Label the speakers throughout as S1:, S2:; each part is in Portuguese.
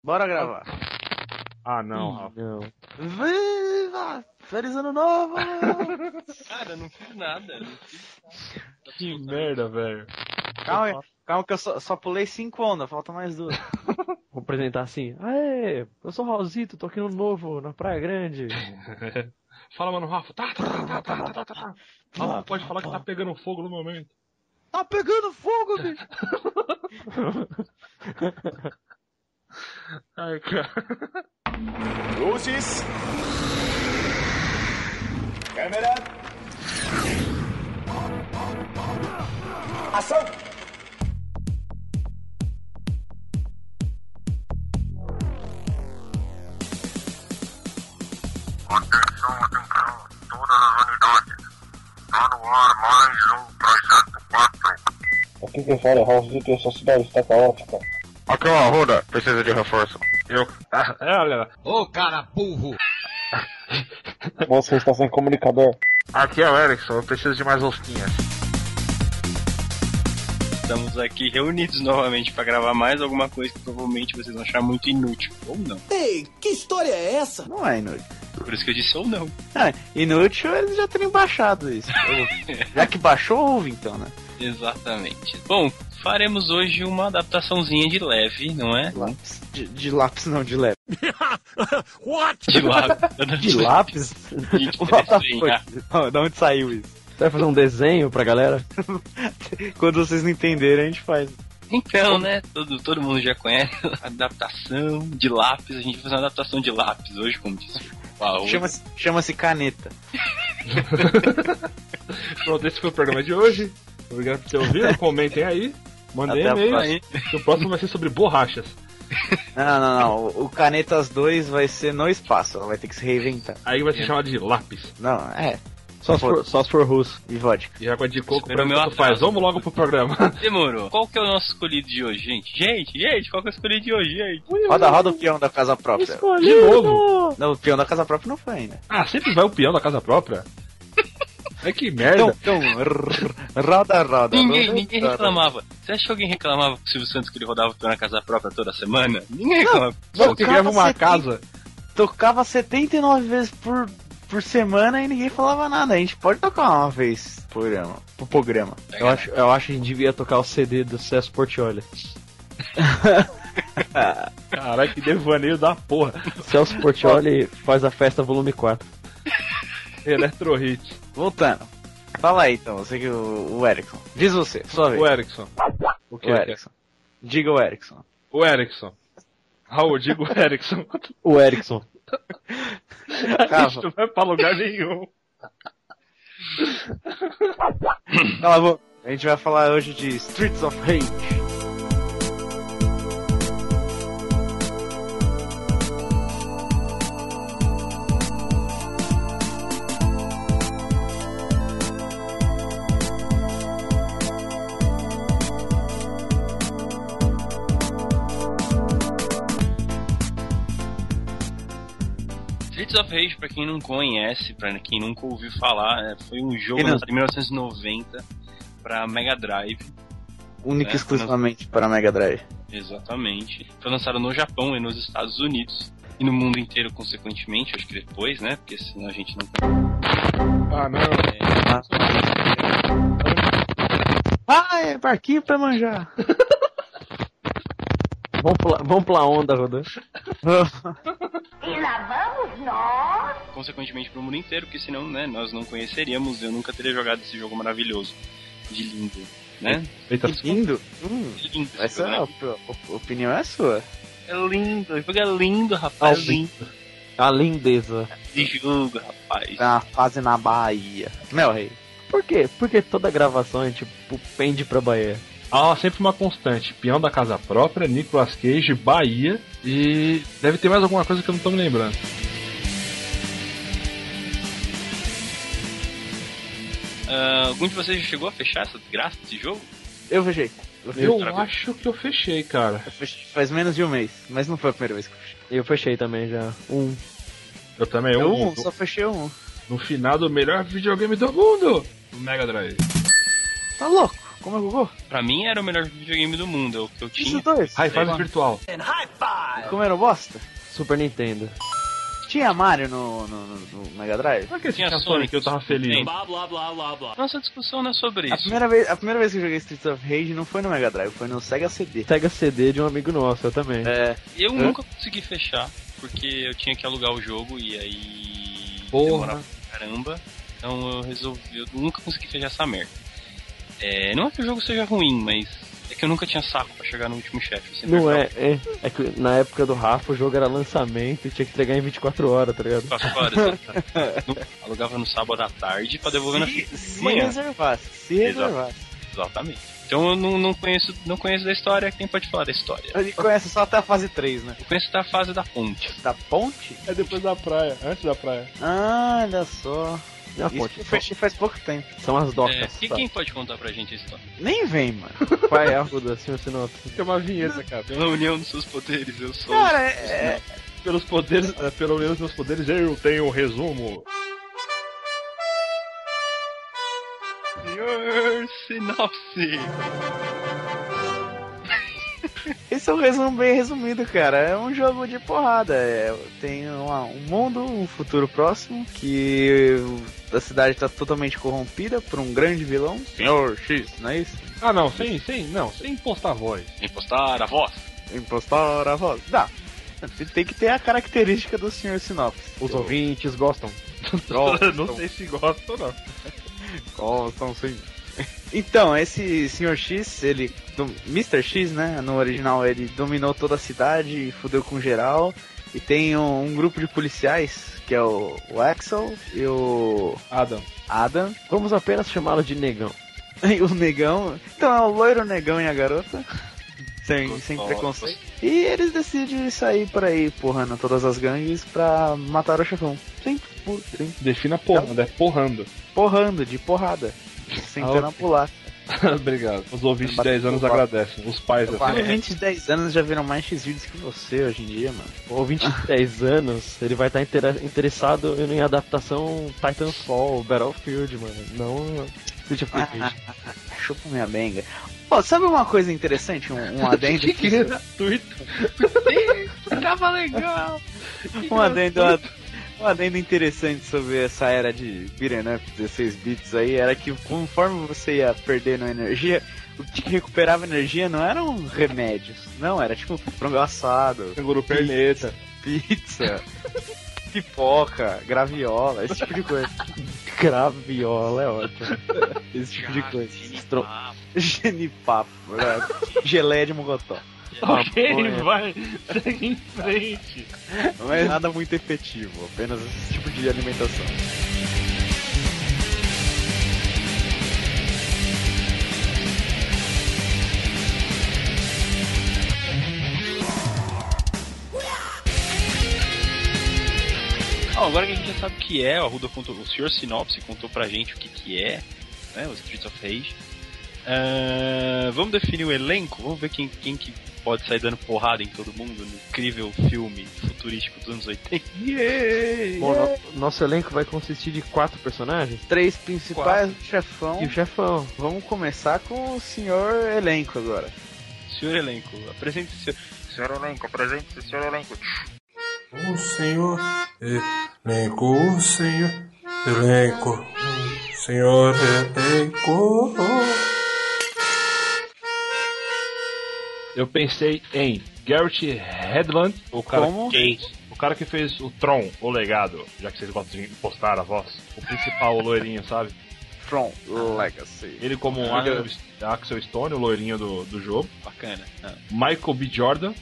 S1: Bora gravar.
S2: Ah, não, Rafa.
S3: Não.
S1: Viva! Feliz ano novo!
S4: Cara, eu não fiz nada. Não fiz nada.
S2: Que merda, velho.
S1: calma, calma que eu só, só pulei cinco ondas, falta mais duas.
S3: Vou apresentar assim. Aê, eu sou o Raulzito, tô aqui no novo, na Praia Grande.
S2: Fala, mano, Rafa. Tá, tá, tá, tá, tá, tá, tá, tá. Rafa, pode falar que tá pegando fogo no momento.
S1: Tá pegando fogo, bicho!
S2: Ai, cara.
S5: Luzes. Câmera. Ação.
S6: Atenção, atenção, todas as unidades. Está no ar mais um Projeto 4.
S7: Aqui quem fala é Raulzito e essa cidade está caótica.
S6: Aqui é uma Arruda, precisa de reforço.
S2: Eu. Ah, é, olha lá.
S7: Você está sem comunicador.
S6: Aqui é o Erickson, eu preciso de mais rosquinhas.
S4: Estamos aqui reunidos novamente pra gravar mais alguma coisa que provavelmente vocês vão achar muito inútil. Ou não.
S1: Não é inútil.
S4: Por isso que eu disse ou não.
S1: É, inútil eles já teriam baixado isso. já que baixou, ouve então, né?
S4: Exatamente. Bom, faremos hoje uma adaptaçãozinha de leve, não é?
S1: Lápis. De, de lápis não, de leve.
S4: De lado.
S1: De lápis? What the fuck? Não, Da onde saiu isso?
S3: Você vai fazer um desenho pra galera?
S1: Quando vocês não entenderem, a gente faz.
S4: Então, né? Todo, todo mundo já conhece. Adaptação de lápis. A gente vai fazer uma adaptação de lápis hoje, como disse o Paulo.
S1: Chama-se chama caneta.
S2: Pronto, esse foi o programa de hoje. Obrigado por ter ouvido. Comentem aí. Mandem
S1: Até a
S2: e-mail.
S4: Aí,
S2: que O próximo vai ser sobre borrachas.
S1: Não, não, não. O- O Canetas 2 vai ser no espaço. Ela vai ter que se reinventar.
S2: Aí vai ser chamado de lápis.
S1: Não, é.
S3: Só se for, só se for russo.
S1: E vodka.
S2: E já com a de coco,
S4: Esperou
S2: pra
S4: meu
S2: tanto faz.
S4: atraso.
S2: Vamos logo pro programa.
S4: Demorou. Qual que é o nosso escolhido de hoje, gente? Gente, gente, qual que é o escolhido de hoje, gente?
S1: Roda, roda
S4: um-
S1: o peão da casa própria.
S2: De novo.
S1: Não, o peão da casa própria não foi ainda.
S2: Ah, sempre vai o peão da casa própria? É que merda.
S1: Então, então, rrr, roda, roda.
S4: Ninguém,
S1: roda,
S4: ninguém
S1: roda.
S4: reclamava. Você acha que alguém reclamava com o Silvio Santos que ele rodava pela casa própria toda semana? Ninguém reclamava.
S2: Você que
S1: Tocava
S2: grava uma
S1: setenta-
S2: casa.
S1: Tocava 79 vezes por, por semana e ninguém falava nada. A gente pode tocar uma vez pro programa. Pro programa.
S3: Eu acho, eu acho que a gente devia tocar o CD do Celso Portioli.
S2: Caralho, que devaneio da porra.
S3: Celso Portioli faz a festa volume 4.
S2: Eletrohit.
S1: Voltando. Fala aí então, você que o, o Erickson. Diz você, sua vez.
S2: O Tá Erickson. O é,
S1: O Erickson. Diga o Erickson.
S2: O Erickson. Raul, eu digo o Erickson.
S3: O Erickson.
S1: Rafa,
S2: Isso não vai pra lugar nenhum.
S1: cala a boca. A gente vai falar hoje de Streets of Rage.
S4: Streets of Rage, pra quem não conhece, pra quem nunca ouviu falar, é, foi um jogo
S1: Quem não-
S4: lançado em 1990 pra Mega Drive.
S1: Único
S4: É,
S1: e exclusivamente para Mega Drive.
S4: Exatamente. Foi lançado no Japão e nos Estados Unidos. E no mundo inteiro, consequentemente, acho que depois, né? Porque senão a gente não.
S2: Ah, não.
S1: Ah, é barquinho pra manjar.
S3: Vamos pula, vamos pula onda, Rodan.
S8: E lá vamos nós.
S4: Consequentemente, pro mundo inteiro, porque senão, né? Nós não conheceríamos. Eu nunca teria jogado esse jogo maravilhoso. De lindo, né?
S2: Eita,
S1: Lindo. Tá Hum,
S4: De lindo. esse
S1: essa
S4: jogo,
S1: é
S4: né?
S1: a op- opinião é sua.
S4: É lindo, o jogo é lindo, rapaz.
S3: Ah,
S4: É lindo
S3: A lindeza.
S4: esse jogo, rapaz.
S1: Na É fase na Bahia. Não, rei.
S3: Por quê? Porque toda gravação a gente tipo, pende pra Bahia.
S2: Ah, sempre uma constante. Peão da Casa Própria, Nicolas Cage, Bahia. E deve ter mais alguma coisa que eu não tô me lembrando.
S4: Ah, algum de vocês já chegou a fechar essa desgraça desse jogo?
S1: Eu fechei. Eu fechei.
S2: Eu
S4: outra vez.
S2: acho que eu fechei, cara.
S1: Eu fechei faz menos de um mês, mas não foi a primeira vez que eu fechei.
S3: Eu fechei também já. Um.
S2: Eu também.
S1: Eu
S2: Eu,
S1: um, só fechei um.
S2: no final do melhor videogame do mundo. Mega Drive.
S1: Tá louco? Como é o Gugu?
S4: Pra mim era o melhor videogame do mundo, é o que eu
S1: Isso
S4: tinha.
S1: dois.
S2: Hi-Fi virtual.
S1: Como era o bosta?
S3: Super Nintendo.
S1: Tinha Mario no, no- no- no Mega Drive?
S2: Por que esse
S4: Tinha
S2: tinha
S4: Sonic,
S2: Sonic eu tava feliz?
S4: Blá, Nossa discussão não é sobre
S1: A
S4: isso.
S1: primeira, vez, a primeira vez que eu joguei Streets of Rage não foi no Mega Drive, foi no Sega CD.
S3: Sega CD de um amigo nosso, eu também.
S1: É,
S4: Eu nunca consegui fechar, porque eu tinha que alugar o jogo e aí
S2: Porra.
S4: demorava pra caramba. Então eu resolvi, eu nunca consegui fechar essa merda. É, não é que o jogo seja ruim, mas é que eu nunca tinha saco pra chegar no último chefe. eu sempre
S3: Não é,
S4: ficava
S3: é. É que na época do Rafa o jogo era lançamento e tinha que entregar em 24 horas, tá ligado?
S4: quatro horas. né? No- Alugava no sábado à tarde pra devolver na
S1: se,
S4: de
S1: se
S4: manhã.
S1: reservasse, se
S4: Exato.
S1: reservasse.
S4: Exatamente. Então eu não, não conheço, não conheço da história, quem pode falar da história?
S1: Ele conhece só até a fase 3, né?
S4: Eu conheço da fase da ponte.
S1: Da ponte?
S2: É depois da praia, antes da praia.
S1: Ah, olha só.
S3: É
S4: Tá
S3: a
S1: Isso
S3: fonte,
S1: eu fechei faz pouco tempo.
S3: São as
S4: É,
S3: docas.
S4: e
S3: tá?
S4: quem pode contar pra gente a história?
S1: Nem vem, mano.
S3: Pai Arruda, senhor Sinopse.
S2: Tem uma vinheta, cara.
S4: Pela união dos seus poderes, eu sou.
S1: Cara, é, é-
S2: Pelos poderes, eh, pelo menos meus poderes, eu tenho um resumo.
S4: Senhor Sinopse!
S1: esse é um resumo bem resumido, cara. É um jogo de porrada. É, tem uma- um mundo, um futuro próximo, que o- a cidade tá totalmente corrompida por um grande vilão. Senhor X, não é isso?
S2: Ah, não, sem, sem, não, sem impostar voz.
S4: Impostar a voz!
S1: Impostor, a voz. Dá. Você tem que ter a característica do Senhor Sinopse.
S3: Os ouvintes gostam.
S2: não sei se gosta ou não.
S1: Gostam sim. Então, esse Sr. X, ele. Do, Mr. X, né? No original, ele dominou toda a cidade, fudeu com geral. E tem um, um grupo de policiais, que é o, o Axel e o
S2: Adam.
S1: Adam.
S3: Vamos apenas chamá-lo de negão.
S1: E o negão. Então é o loiro o negão e a garota. Sem, sem
S4: Gostosa.
S1: preconceito. E eles decidem sair por aí, porrando todas as gangues pra matar o chefão. Sem, pu- sem
S2: Defina porrando, é porrando.
S1: porrando, de porrada. Sem
S3: Ah,
S1: ter na
S3: ok.
S1: pular.
S2: Obrigado. Os ouvintes de
S1: Bateu
S2: 10 anos
S1: papo.
S2: agradecem. Os pais assim.
S1: Os 20 de 10 anos já viram mais X-Vídeos que você hoje em dia, mano.
S3: O ouvinte de 10 anos, ele vai estar intera- interessado em adaptação Titanfall, Battlefield, mano. Não Street of Rage.
S1: Ah, Chupa minha benga. Pô, sabe uma coisa interessante? Um, um adendo.
S2: Que que é gratuito?
S4: Tava legal!
S1: um adendo. um ad- Um adendo interessante sobre essa era de beat'em up 16 bits aí era que conforme você ia perdendo energia, o que recuperava energia não eram remédios, não, era tipo frango assado,
S2: Canguru perneta.
S1: pizza, pipoca, graviola, esse tipo de coisa.
S3: Graviola é ótimo.
S1: Esse tipo de coisa.
S3: Estro-
S1: Genipapo, né? geleia de mocotó.
S2: Ok, vai. Segue em frente.
S1: Não é nada muito efetivo, apenas esse tipo de alimentação.
S4: Bom, agora que a gente já sabe o que é, o Arruda contou, o senhor Sinopse contou pra gente o que, que é, né, o Streets of Rage. Ah, vamos definir o elenco, vamos ver quem, quem que pode sair dando porrada em todo mundo no incrível filme futurístico dos anos 80.
S3: Bom, no- nosso elenco vai consistir de quatro personagens
S1: Três principais, o chefão.
S3: e o chefão.
S1: Vamos começar com o senhor elenco agora.
S4: Senhor elenco, apresente o senhor.
S6: Senhor elenco, apresente-se, senhor elenco.
S9: O senhor elenco, o senhor elenco, o senhor elenco.
S2: Eu pensei em Garrett Hedlund, o cara
S1: Como?
S2: que o cara que fez o Tron, o legado, já que vocês gostam de postar a voz, o principal, o loirinho, sabe?
S1: From
S2: Ah.
S1: Legacy.
S2: Ele como o Axel, Axel Stone, o loirinho do, do jogo.
S4: Bacana. Ah,
S2: Michael B. Jordan,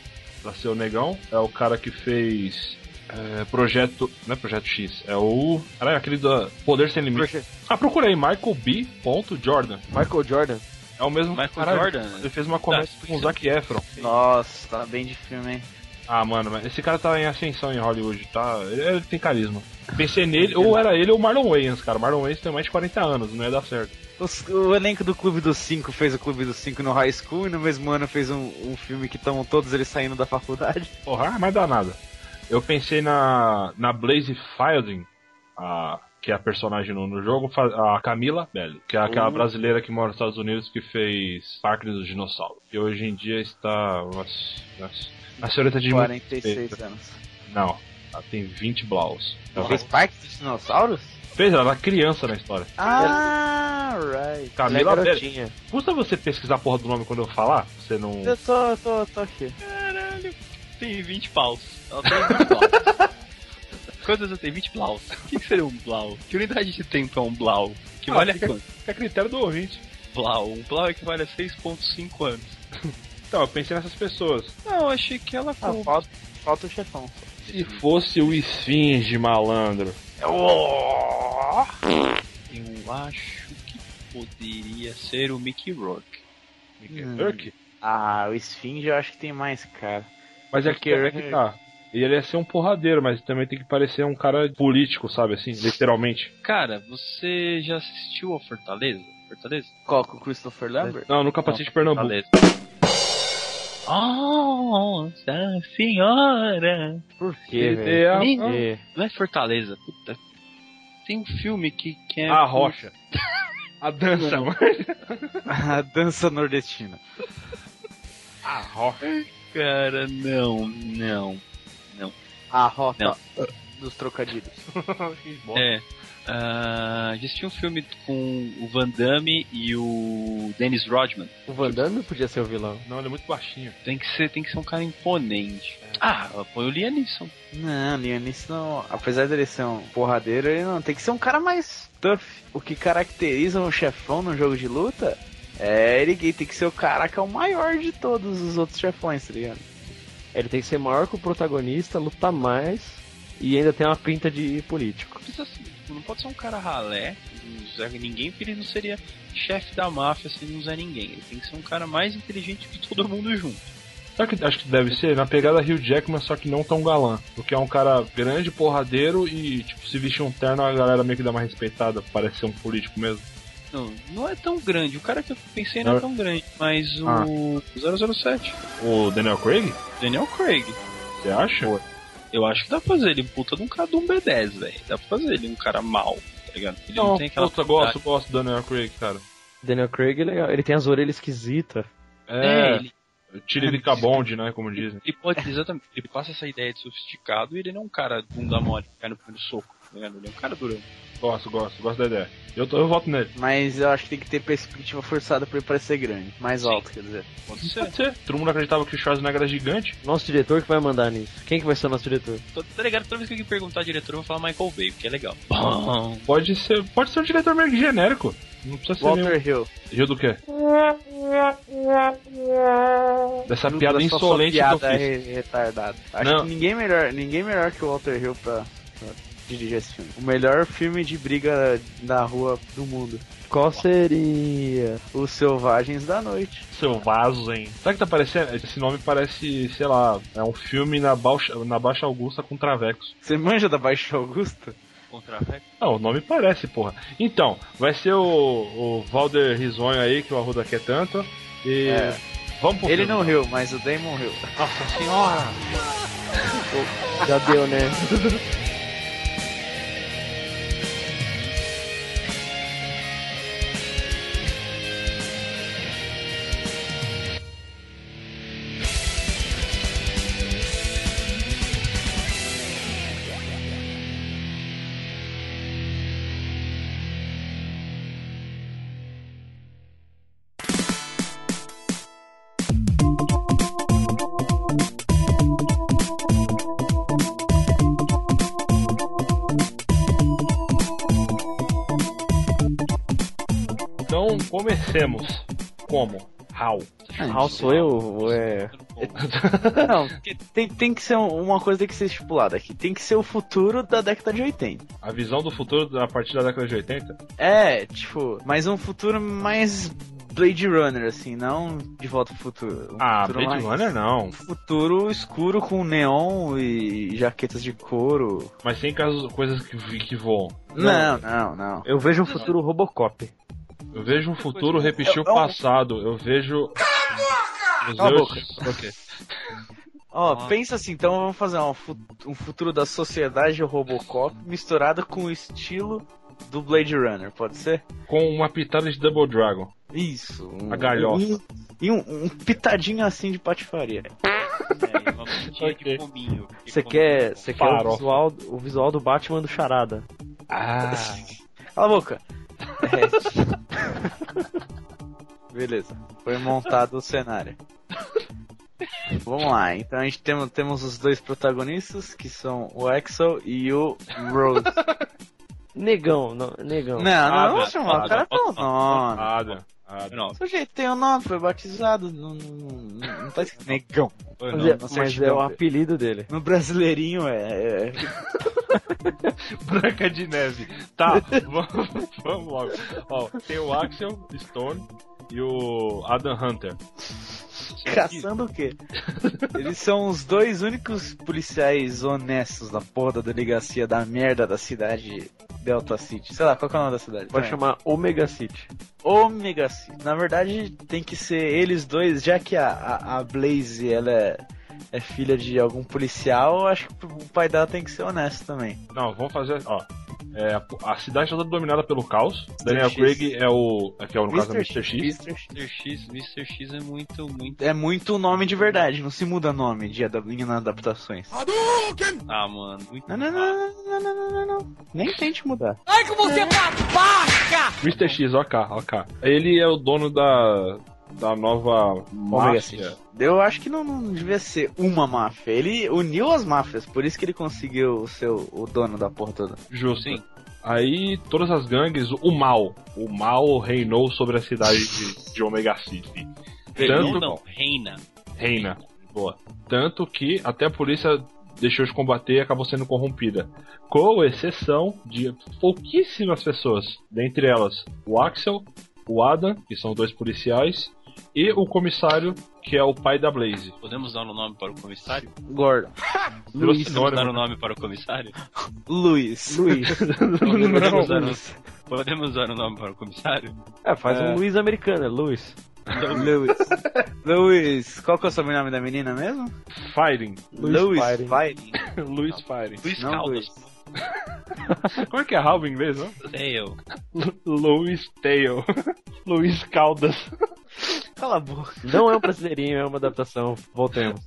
S2: pra ser o negão, é o cara que fez é, Projeto. Não é Projeto X, é o. Caralho, aquele do Poder Sem Limite.
S3: Proje-
S2: Ah, procurei, Michael B. ponto Jordan.
S3: Michael Jordan.
S2: É o mesmo
S4: Michael
S2: caralho,
S4: Jordan?
S2: Ele fez uma comédia
S4: Tá,
S2: com o Zac Efron.
S1: Nossa, tá bem de filme, hein?
S2: Ah, mano, mas esse cara tá em ascensão em Hollywood, tá? Ele, ele tem carisma. Pensei nele, ou era ele ou Marlon Wayans, cara. Marlon Wayans tem mais de 40 anos, não ia dar certo.
S1: Os- o elenco do Clube dos Cinco fez o Clube dos Cinco no High School e no mesmo ano fez um, um filme que estão todos eles saindo da faculdade.
S2: ah, Porra, mas dá nada. Eu pensei na, na Blaze Fielding, a que é a personagem no, no jogo, fa- a Camila Belli, que é aquela
S4: Uhum.
S2: brasileira que mora nos Estados Unidos que fez Parque dos Dinossauros. E hoje em dia está. Nossa, nossa. A senhorita de
S1: 46 anos. Uhum.
S2: Não, ela tem 20 blaus. Ela
S1: Fez Parque dos Dinossauros?
S2: fez, ela era criança na história.
S1: Ah, right.
S2: Camila
S3: Ela é
S2: Belli.
S3: garotinha.
S2: Custa você pesquisar a porra do nome quando eu falar? Você não.
S3: Eu tô, tô, tô aqui.
S4: Caralho, tem 20 paus. Ela tem 20 paus. Quantas eu tenho? 20 blaus. O que, que seria um blau? Que unidade de tempo é um blau? Que vale a
S2: fica-
S4: quanto?
S2: Fica É a critério do ouvinte.
S4: Blau. Um blau equivale a 6.5 anos.
S2: Então, eu pensei nessas pessoas.
S4: Não, achei que ela
S1: Ah,
S4: ficou...
S1: falta, falta o chefão.
S2: Se fosse o Esfinge, malandro.
S4: Eu acho que poderia ser o Mickey Rourke.
S1: Hum.
S2: Turk?
S1: Ah, o Esfinge eu acho que tem mais, cara.
S2: Mas é que, é que tá. Ele ia ser um porradeiro, mas também tem que parecer um cara político, sabe assim? Literalmente.
S4: Cara, você já assistiu a Fortaleza? Fortaleza?
S1: Qual com o Christopher Lambert?
S2: Não, no capacete de Pernambuco.
S4: Fortaleza. Nossa senhora!
S3: Por quê,
S2: Ele
S3: velho?
S2: é a-
S4: Ih,
S2: a-
S4: Não é Fortaleza, puta. Tem um filme que, que é.
S2: a rocha. A dança, mano.
S1: A dança nordestina.
S2: A rocha.
S4: Cara, não, não.
S1: A rota
S4: Não.
S1: dos trocadilhos.
S2: Que bosta.
S4: É. Ah, já assisti um filme com o Van Damme e o Dennis Rodman.
S3: O Van Damme podia ser o vilão.
S2: Não, ele é muito baixinho.
S4: Tem que ser, tem que ser um cara imponente.
S2: É.
S4: Ah, põe o Lianisson.
S1: Não, Leonis não. Apesar dele ser um porradeiro, ele não. Tem que ser um cara mais tough. O que caracteriza um chefão no jogo de luta é ele que tem que ser o cara que é o maior de todos os outros chefões, tá ligado?
S3: Ele tem que ser maior que o protagonista, lutar mais e ainda tem uma pinta de político.
S4: Precisa ser- tipo, não pode ser um cara ralé, um Zé Ninguém, porque ele não seria chefe da máfia se ele não Zé Ninguém. Ele tem que ser um cara mais inteligente que todo mundo junto.
S2: Sabe o que acho que deve ser? Na pegada Rio Jackman, só que não tão galã. Porque é um cara grande, porradeiro e, tipo, se vestir um terno, a galera meio que dá uma respeitada. Parece ser um político mesmo.
S4: Não, não é tão grande. O cara que eu pensei não é
S2: Não.
S4: tão grande. Mas o
S2: Ah.
S4: 007,
S2: O Daniel Craig?
S4: Daniel Craig.
S2: Você acha?
S4: Eu acho que dá pra fazer ele um puta de um cara de um B10, velho. Dá pra fazer ele um cara mal, tá ligado? Ele não,
S2: Não,
S4: tem aquela.
S2: puta, gosto, gosto do Daniel Craig, cara.
S3: Daniel Craig é legal. Ele tem as orelhas esquisitas.
S4: É,
S2: É,
S4: ele,
S2: tiririca bonde, né, como dizem.
S4: ele pode. Exatamente. Ele passa essa ideia de sofisticado e ele não é um cara bunda mole que cai no primeiro soco, tá ligado? Ele é um cara durão.
S2: Gosto, gosto, gosto da ideia. Eu, tô, eu voto nele.
S1: Mas eu acho que tem que ter perspectiva forçada pra ele parecer grande. Mais
S4: Sim.
S1: alto, quer dizer.
S4: Pode ser.
S2: Pode ser. Todo mundo acreditava que o Schwarzenegger era gigante.
S3: Nosso diretor que vai mandar nisso. Quem que vai ser o nosso diretor?
S4: Tô, tá ligado? Toda vez que alguém perguntar diretor, eu vou falar Michael Bay, porque é legal. Bom.
S2: Pode ser, pode ser um diretor meio que genérico. Não precisa ser nenhum.
S1: Walter Hill.
S2: Rio do quê? Dessa piada
S1: Da sua- sua
S2: insolente
S1: piada
S2: que eu fiz.
S1: re- retardada. Acho
S2: Não.
S1: que ninguém melhor, ninguém melhor que o Walter Hill pra, pra dirigir esse filme. O melhor filme de briga na rua do mundo.
S3: Qual seria?
S1: Os Selvagens da Noite.
S2: Seu vaso, hein? Sabe o que tá parecendo? Esse nome parece, sei lá, é um filme na Baixa, na Baixa Augusta com Travecos.
S1: Você manja da Baixa Augusta?
S4: Contra a
S2: Não, o nome parece, porra. Então, vai ser o, o Valder Risonho aí, que o Arruda quer tanto. E.
S1: É.
S2: Vamos pro
S1: Ele
S2: filme.
S1: não riu, mas o Damon riu.
S2: Nossa senhora!
S3: Já deu, né?
S2: Então comecemos. Como? How?
S3: Ah, Raul sou eu? ou É...
S4: um
S1: Não, tem, tem que ser um- uma coisa tem que ser estipulada aqui. Tem que ser o futuro da década de 80.
S2: A visão do futuro a partir da década de 80?
S1: É, tipo, mas um futuro mais Blade Runner, assim, não de volta pro futuro. Um
S2: Ah,
S1: futuro
S2: Blade
S1: mais-
S2: Runner não.
S1: um futuro escuro com neon e jaquetas de couro.
S2: Mas sem casos, coisas que, vi- que voam.
S1: Não, não, não.
S3: Eu vejo um futuro Robocop.
S2: Eu vejo um futuro repetir o
S1: Eu- eu-
S2: passado. Eu vejo. Os
S1: Cala a
S2: deuses-
S1: boca.
S2: Ok.
S1: Ó, pensa assim, então vamos fazer um, fu- um futuro da sociedade Robocop misturado com o estilo do Blade Runner, pode ser?
S2: Com uma pitada de Double Dragon.
S1: Isso. um-
S2: A galhofa.
S1: um- E um, um pitadinho assim de patifaria.
S4: É, uma pontinha
S2: Ok.
S4: de pombinho. De
S3: Você
S4: pombinho.
S3: quer, você quer o,
S2: Farofa.
S3: visual, o visual do Batman do Charada.
S2: Ah.
S1: Cala a boca. É. Beleza. Foi montado o cenário. Vamos lá, então a gente tem, temos os dois protagonistas, que são o Axel e o Rose.
S3: Negão, não, negão.
S1: Não, não, Ah, não
S4: Adam,
S1: vamos chamar o cara
S4: Adam,
S1: pelo
S4: Adam,
S1: nome.
S2: Adam. Adam.
S4: Não,
S1: O sujeito tem o nome, foi batizado, não, não, não, não tá escrito negão.
S4: não,
S3: mas é,
S1: não,
S3: mas
S1: certidão,
S3: é o
S1: velho.
S3: apelido dele.
S1: No brasileirinho é, é
S2: Branca de Neve. Tá, vamos, vamos logo. Ó, tem o Axel Stone e o Adam Hunter.
S1: Caçando o quê? Eles são os dois únicos policiais honestos da porra da delegacia da merda da cidade Delta City. Sei lá, qual que é o nome da cidade? Também.
S3: Pode chamar Omega City.
S1: Omega City. Na verdade, tem que ser eles dois, já que a, a, a Blaze, ela é, é filha de algum policial, eu acho que o pai dela tem que ser honesto também.
S2: Não, vamos fazer. Ó. É, a cidade toda dominada pelo caos. Daniel
S1: X.
S2: Craig é o. Aqui é o no caso é o Mr. X.
S1: Mr. X.
S4: Mr. X, Mr. X é muito, muito.
S1: É muito nome de verdade, não se muda nome de ad- em adaptações.
S4: Ah, mano, muito. ah.
S1: Não, não, não, não, não, não, não, não. Nem tente mudar.
S2: Mr. X, ok, ok. Ele é o dono da. Da nova
S1: Omega
S2: máfia.
S1: City. Eu acho que não, não devia ser uma máfia. Ele uniu as máfias, por isso que ele conseguiu ser o, o dono da porra toda.
S2: Justo.
S4: Sim.
S2: Aí todas as gangues, o mal. O mal reinou sobre a cidade de, de Omega City.
S4: Não,
S2: Tanto-
S4: não, reina.
S2: Reina. Boa. Tanto que até a polícia deixou de combater e acabou sendo corrompida. Com exceção de pouquíssimas pessoas. Dentre elas, o Axel, o Adam, que são dois policiais, e o comissário, que é o pai da Blaze.
S4: Podemos dar um nome para o comissário?
S1: Gordon.
S2: Trouxe
S4: Podemos dar um
S2: sinônimo.
S4: nome para o comissário?
S1: Luiz. Luiz.
S4: Podemos dar um- Podemos dar um nome para o comissário?
S3: É, faz
S2: É.
S3: um Luiz americano, é Luiz.
S1: Luiz. Luiz. Qual que é o sobrenome da menina mesmo?
S2: Firing.
S3: Luiz
S1: Luiz Firing.
S2: Luiz Firing.
S4: Luiz
S1: Não,
S4: Caldas.
S2: Como é que é Hal em inglês, não?
S4: É eu.
S2: Louis Tail. Luiz Caldas.
S1: Cala a boca.
S3: Não é um brasileirinho, é uma adaptação. Voltemos.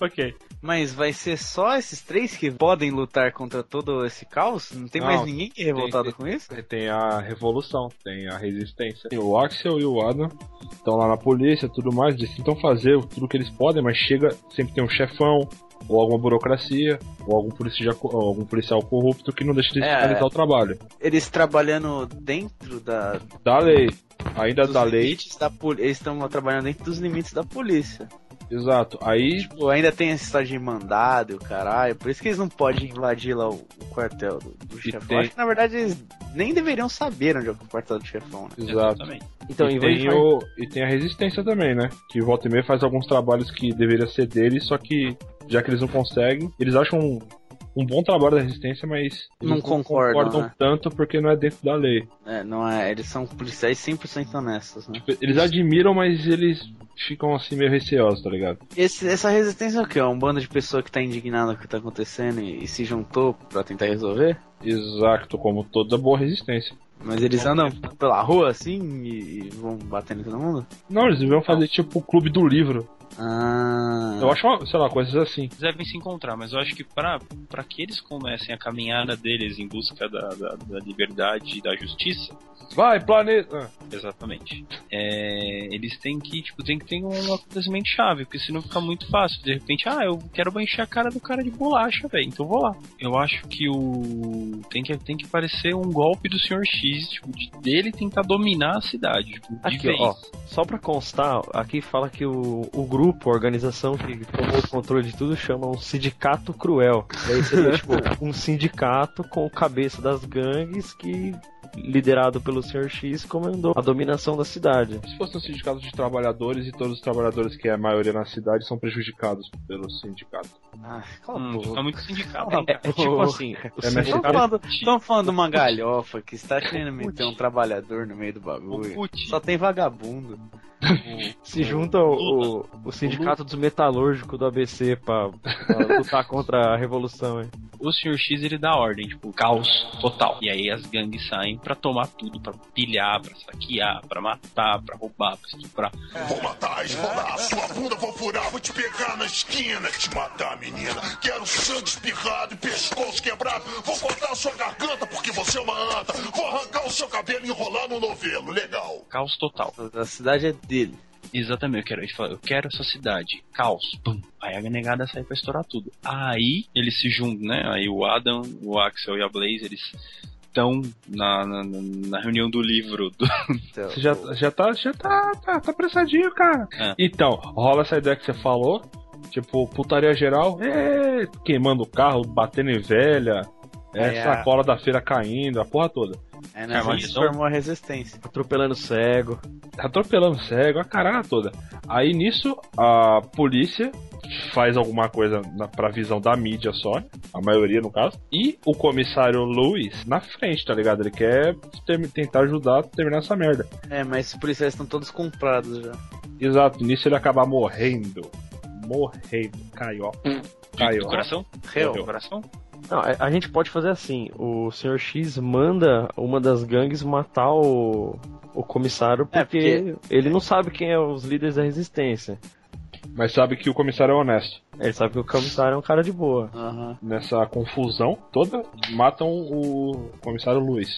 S2: ok.
S1: Mas vai ser só esses três que podem lutar contra todo esse caos? Não tem
S2: Não,
S1: mais ninguém que é revoltado
S2: tem-
S1: com isso?
S2: Tem a revolução, tem a resistência. Tem o Axel e o Adam estão lá na polícia tudo mais. Eles tentam fazer tudo que eles podem, mas chega, sempre tem um chefão, ou alguma burocracia, ou algum policial, algum policial corrupto que não deixa de
S1: É.
S2: realizar o trabalho.
S1: Eles trabalhando dentro da,
S2: Da lei. Ainda
S1: dos
S2: da lei.
S1: limites da polícia. Eles estão trabalhando dentro dos limites da polícia.
S2: Exato. Aí
S1: Tipo, ainda tem essa história de mandado e o caralho, por isso que eles não podem invadir lá o, o quartel do, do chefão.
S2: tem-
S1: Acho que na verdade eles nem deveriam saber onde é o quartel do chefão, né?
S2: Exato.
S4: Exatamente.
S3: Então,
S2: e,
S3: em vez de
S2: tem
S3: fazer-
S2: o- e tem a resistência também, né? Que volta e meia faz alguns trabalhos que deveria ser deles, só que já que eles não conseguem, eles acham um, um bom trabalho da resistência, mas eles
S1: Não concordam, né?
S2: tanto porque não é dentro da lei.
S1: É, não é, eles são policiais 100% honestos, né?
S2: Eles admiram, mas eles ficam assim meio receosos, tá ligado?
S1: Esse- essa resistência é o quê? É um bando de pessoa que tá indignada com o que tá acontecendo e, e se juntou pra tentar resolver?
S2: Exato, como toda boa resistência.
S1: Mas eles andam pela rua assim e, e vão batendo em todo mundo?
S2: Não, eles deviam fazer tipo o clube do livro.
S1: Ah.
S2: Eu acho, uma- sei lá, coisas assim.
S4: Eles devem se encontrar, mas eu acho que para que eles comecem a caminhada deles em busca da, da, da liberdade e da justiça,
S2: Vai, planeta! Ah,
S4: Exatamente. É, eles têm que, tipo, tem que ter um acontecimento chave, porque senão fica muito fácil. De repente, ah, eu quero encher a cara do cara de bolacha, velho, então vou lá. Eu acho que o. Tem que, tem que parecer um golpe do Sr. X, tipo, de, dele tentar dominar a cidade, tipo, de
S3: Aqui,
S4: vez.
S3: ó. Só pra constar, aqui fala que o, o grupo, a organização que tomou o controle de tudo, chama um sindicato cruel. Daí seria, tipo, um sindicato com cabeça das gangues que, liderado pelo Sr. X, comandou a dominação da cidade.
S2: Se fosse um sindicato de trabalhadores e todos os trabalhadores, que é a maioria na cidade, são prejudicados pelo sindicato.
S1: Ah, cala a
S4: Hum,
S1: boca.
S4: fica muito sindical.
S1: É,
S4: hein, cara?
S3: Tá É tipo assim, então, o
S2: É, mas-
S1: Estão
S2: Cara,
S1: tá falando, tão falando de uma galhofa que está querendo meter um trabalhador no meio do
S4: O
S1: bagulho.
S4: Putin.
S1: Só tem vagabundo.
S3: Se junta o, o, o sindicato dos metalúrgicos do ABC pra, pra lutar contra a revolução, hein?
S4: O Sr. X ele dá ordem, tipo, caos total. E aí as gangues saem pra tomar tudo, pra pilhar, pra saquear, pra matar, pra roubar, pra estuprar.
S10: Vou matar, esfolar, sua bunda vou furar, vou te pegar na esquina, te matar, menina. Quero sangue espirrado e pescoço quebrado. Vou cortar sua garganta porque você é uma anta. Vou arrancar o seu cabelo e enrolar no novelo, legal.
S4: Caos total.
S1: A cidade é dele.
S4: Exatamente, eu quero, ele fala, eu quero essa cidade. Caos. Pum. Aí a negada sai pra estourar tudo. Aí eles se juntam, né? Aí o Adam, o Axel e a Blaze, eles estão na, na, na reunião do livro. Do...
S2: Você já, já tá, já tá, tá, tá apressadinho, cara.
S4: É.
S2: Então, rola essa ideia que você falou. Tipo, putaria geral, é, queimando o carro, batendo em velha, é,
S1: É, a-
S2: sacola da feira caindo, a porra toda.
S1: É,
S2: É,
S1: né?
S2: mas
S1: Isso
S2: então-
S1: formou a resistência.
S3: Atropelando cego.
S2: atropelando cego, a caralho toda. Aí nisso, a polícia faz alguma coisa na, pra visão da mídia só, a maioria no caso, e o comissário Luiz na frente, tá ligado? Ele quer ter- tentar ajudar a terminar essa merda.
S1: É, mas os policiais estão todos comprados já.
S2: Exato, nisso ele acaba morrendo. Morrendo. Caiu, ó. Caiu.
S4: Hum, Do
S2: ó.
S4: coração?
S1: Real.
S4: Do coração?
S3: Não, a, a gente pode fazer assim: o Sr. X manda uma das gangues matar o, o comissário
S1: É,
S3: porque, ele não sabe quem é os líderes da resistência.
S2: Mas sabe que o comissário é honesto.
S3: Ele sabe que o comissário é um cara de boa.
S1: Aham.
S2: Nessa confusão toda, matam o comissário Luiz.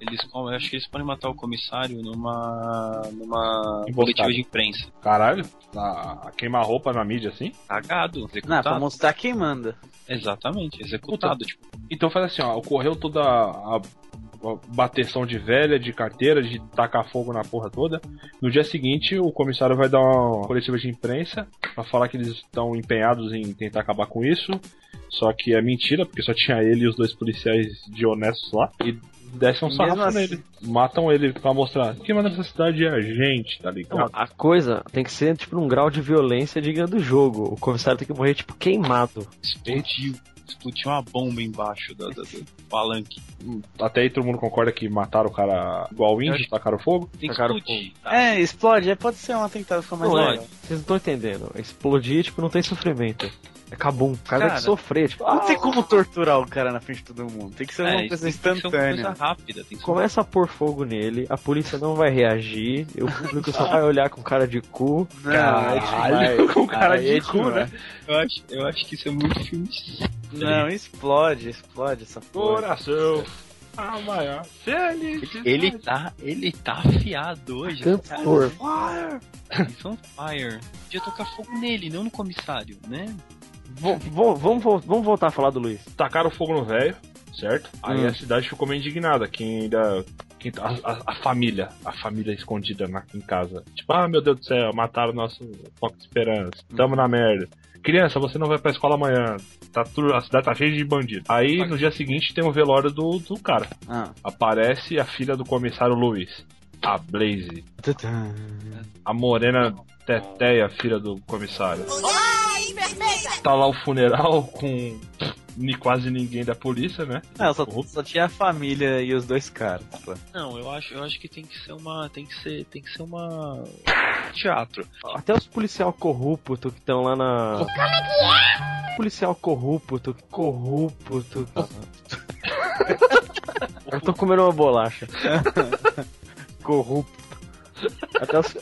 S4: Eles, eu acho que eles podem matar o comissário numa. numa
S2: Emboscada.
S4: coletiva de imprensa.
S2: Caralho, tá a, a queima-roupa na mídia assim.
S4: Cagado,
S1: Não, é
S4: executado.
S1: pra mostrar quem manda.
S4: Exatamente, executado. Tipo,
S2: Então faz assim, ó, ocorreu toda a, a bateção de velha, de carteira, de tacar fogo na porra toda. No dia seguinte, o comissário vai dar uma coletiva de imprensa pra falar que eles estão empenhados em tentar acabar com isso. Só que é mentira, porque só tinha ele e os dois policiais de honestos lá. E descem um
S1: Mesmo
S2: sarrafo
S1: assim.
S2: nele. Matam ele pra mostrar. Quem manda nessa cidade é a gente, tá ligado?
S3: Não, Então, a coisa tem que ser tipo num grau de violência digna do jogo. O comissário tem que morrer tipo queimado.
S4: explodiu. Explodiu uma bomba embaixo da, da, do palanque.
S2: Até aí todo mundo concorda que mataram o cara igual o índio, tacaram fogo.
S4: Tem que
S3: Tacaram
S4: explodir. tá?
S1: É, explode, é, pode ser um atentado ficar mais
S3: Não é.
S1: legal.
S3: Vocês não estão entendendo. Explodir, tipo, não tem sofrimento. É cabum. O cara, tem
S4: Cara,
S3: que sofrer. Tipo,
S1: Não
S3: ah,
S1: tem como torturar o cara na frente de todo mundo. Tem que ser uma
S4: isso
S1: coisa
S4: tem que ser uma
S1: instantânea.
S4: coisa rápida. Tem que ser uma
S3: começa a pôr fogo nele, a polícia não vai reagir, e o público só vai olhar com cara de cu.
S1: Não, é
S2: Caralho, com cara de cu,
S1: demais.
S4: Eu acho, eu acho que isso é muito filme.
S1: Não, explode, explode essa porra.
S2: Coração. A Ah, maior. felicidade.
S4: Ele tá, ele tá afiado hoje.
S3: Cantor.
S4: It's on fire. Podia tocar fogo nele, não no comissário, né?
S3: Vom- vom- Vamos vol- vamos voltar a falar do Luiz.
S2: tacaram fogo no velho, certo? Aí
S1: Hum.
S2: a cidade ficou meio indignada. Quem ainda. Quem, a, a- a família. A família escondida na, em casa. Tipo, ah, meu Deus do céu, mataram nosso foco de esperança. Tamo na merda. Criança, você não vai pra escola amanhã. Tá tudo, a cidade tá cheia de bandido. Aí no dia seguinte tem o velório do, do cara.
S1: Ah.
S2: Aparece a filha do comissário Luiz. A Blaze. A morena Teteia, filha do comissário. Tá lá o funeral com ni- quase ninguém da polícia, né?
S1: Não, só, só tinha a família e os dois caras. tipo, pô.
S4: Não, eu acho, eu acho que tem que ser uma, tem que ser, tem que ser uma teatro.
S3: Até os policial corrupto que estão lá na. Como é que é? Policial corrupto, corrupto. Eu tô comendo uma bolacha. corrupto. Até os,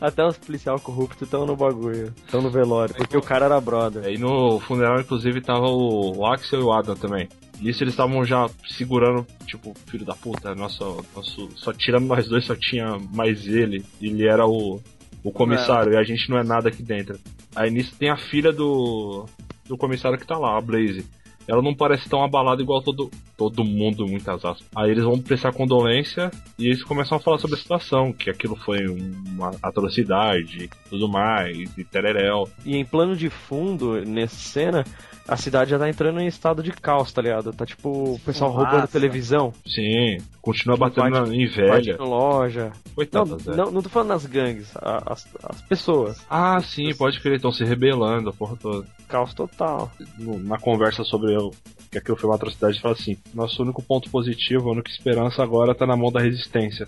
S3: até os policial corrupto estão no bagulho, estão no velório, porque o cara era brother.
S2: Aí no funeral, inclusive, tava o Axel e o Adam também. Nisso eles estavam já segurando, tipo, filho da puta, nosso, nosso. Só tirando nós dois, só tinha mais ele. Ele era o, o comissário e a gente não é nada aqui dentro. Aí nisso tem a filha do. do comissário que tá lá, a Blaze. Ela não parece tão abalada igual todo, todo mundo, muitas aspas. Aí eles vão prestar condolência e eles começam a falar sobre a situação, que aquilo foi uma atrocidade, tudo mais, e tereréu.
S3: E em plano de fundo, nessa cena, a cidade já tá entrando em estado de caos, tá ligado? Tá tipo o pessoal
S1: Fumaça.
S3: roubando televisão,
S2: Sim, continua
S3: Que
S2: batendo
S3: bate-
S2: na- em
S3: partindo
S2: velha.
S3: loja. Não,
S2: Coitada, Zé.
S3: não, não tô falando nas gangues, a- as, as pessoas.
S2: Ah, sim, pode crer, estão se rebelando, a porra toda.
S3: Caos total.
S2: No- Na conversa sobre o- que aquilo foi uma atrocidade, fala assim: nosso único ponto positivo, a única esperança agora tá na mão da resistência.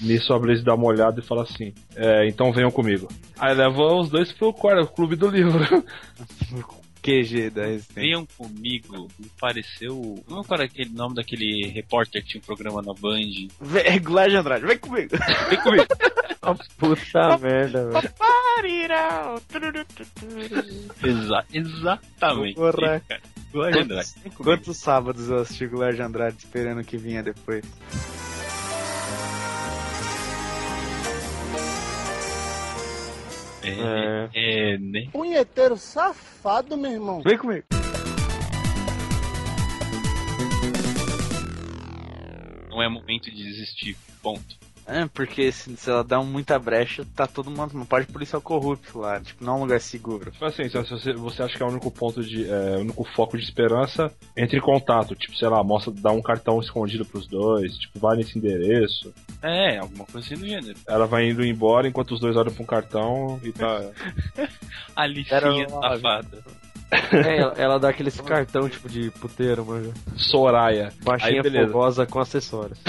S2: Nisso a Blaze dá uma olhada e fala assim: é, então venham comigo. Aí leva os dois pro quarto, clube do livro.
S1: QG da Resistência.
S4: Venham comigo, me pareceu. Não era aquele nome daquele repórter que tinha um programa na Band?
S1: Vem, é Guilherme Andrade, vem comigo.
S4: Vem comigo.
S3: Puta merda, velho.
S4: Exa exatamente.
S1: Porra.
S4: Cara, Guilherme Andrade,
S1: Quantos-
S4: vem comigo.
S1: Quantos sábados eu assisti Guilherme Andrade esperando que vinha depois?
S4: É, é, né?
S11: Punheteiro safado, meu irmão.
S1: Vem comigo.
S4: Não é momento de desistir. Ponto.
S1: É, porque se, se ela dá muita brecha, tá todo mundo. Uma parte policial corrupto lá. Tipo, não é um lugar seguro.
S2: Tipo assim, se você, você acha que é o único ponto de. É, o único foco de esperança, entre em contato. Tipo, sei lá, mostra, dá um cartão escondido pros dois, tipo, vai nesse endereço.
S4: É, alguma coisa assim do gênero.
S2: Ela vai indo embora enquanto os dois olham pra um cartão e tá.
S4: Alicinha safada.
S3: É, ela, ela dá aquele cartão tipo de puteiro, mano.
S2: Soraya.
S3: Baixinha
S2: Aí, beleza.
S3: fogosa com acessórios.